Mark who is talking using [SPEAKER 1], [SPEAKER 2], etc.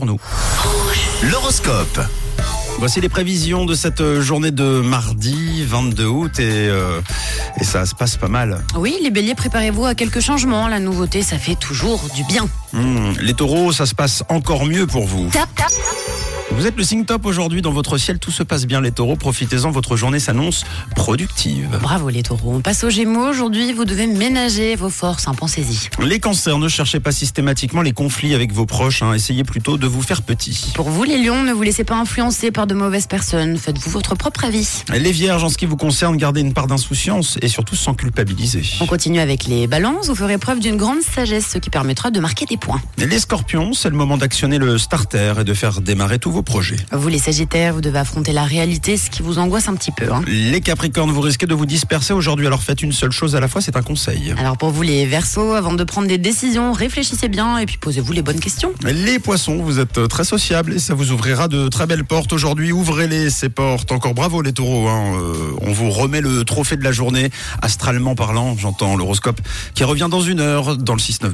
[SPEAKER 1] journaux.
[SPEAKER 2] L'horoscope.
[SPEAKER 1] Voici les prévisions de cette euh, journée de mardi 22 août et, euh, et ça se passe pas mal.
[SPEAKER 3] Oui, les béliers, préparez-vous à quelques changements. La nouveauté, ça fait toujours du bien.
[SPEAKER 1] Hmm, les taureaux, ça se passe encore mieux pour vous.
[SPEAKER 3] Tap, tap.
[SPEAKER 1] Vous êtes le signe top aujourd'hui dans votre ciel, tout se passe bien les taureaux, profitez-en, votre journée s'annonce productive.
[SPEAKER 3] Bravo les taureaux. On passe aux gémeaux. Aujourd'hui, vous devez ménager vos forces. Hein, Pensez-y.
[SPEAKER 1] Les cancers, ne cherchez pas systématiquement les conflits avec vos proches, hein, essayez plutôt de vous faire petit.
[SPEAKER 3] Pour vous, les lions, ne vous laissez pas influencer par de mauvaises personnes. Faites-vous votre propre avis.
[SPEAKER 1] Les vierges, en ce qui vous concerne, gardez une part d'insouciance et surtout sans culpabiliser.
[SPEAKER 3] On continue avec les balances. Vous ferez preuve d'une grande sagesse, ce qui permettra de marquer des points.
[SPEAKER 1] Les scorpions, c'est le moment d'actionner le starter et de faire démarrer tous vos projets.
[SPEAKER 3] Vous, les sagittaires, vous devez affronter la réalité, ce qui vous angoisse un petit peu. hein.
[SPEAKER 1] Les Capricornes, vous risquez de vous disperser aujourd'hui, alors faites une seule chose à la fois, c'est un conseil.
[SPEAKER 3] Alors pour vous, les versos, avant de prendre des décisions, réfléchissez bien et puis posez-vous les bonnes questions.
[SPEAKER 1] Les poissons, vous êtes euh, très sociables et ça vous ouvrira de très belles portes aujourd'hui. Ouvrez-les, ces portes. Encore bravo les taureaux. hein. Euh, on vous remet le trophée de la journée, astralement parlant, j'entends l'horoscope, qui revient dans une heure dans le 6-9 de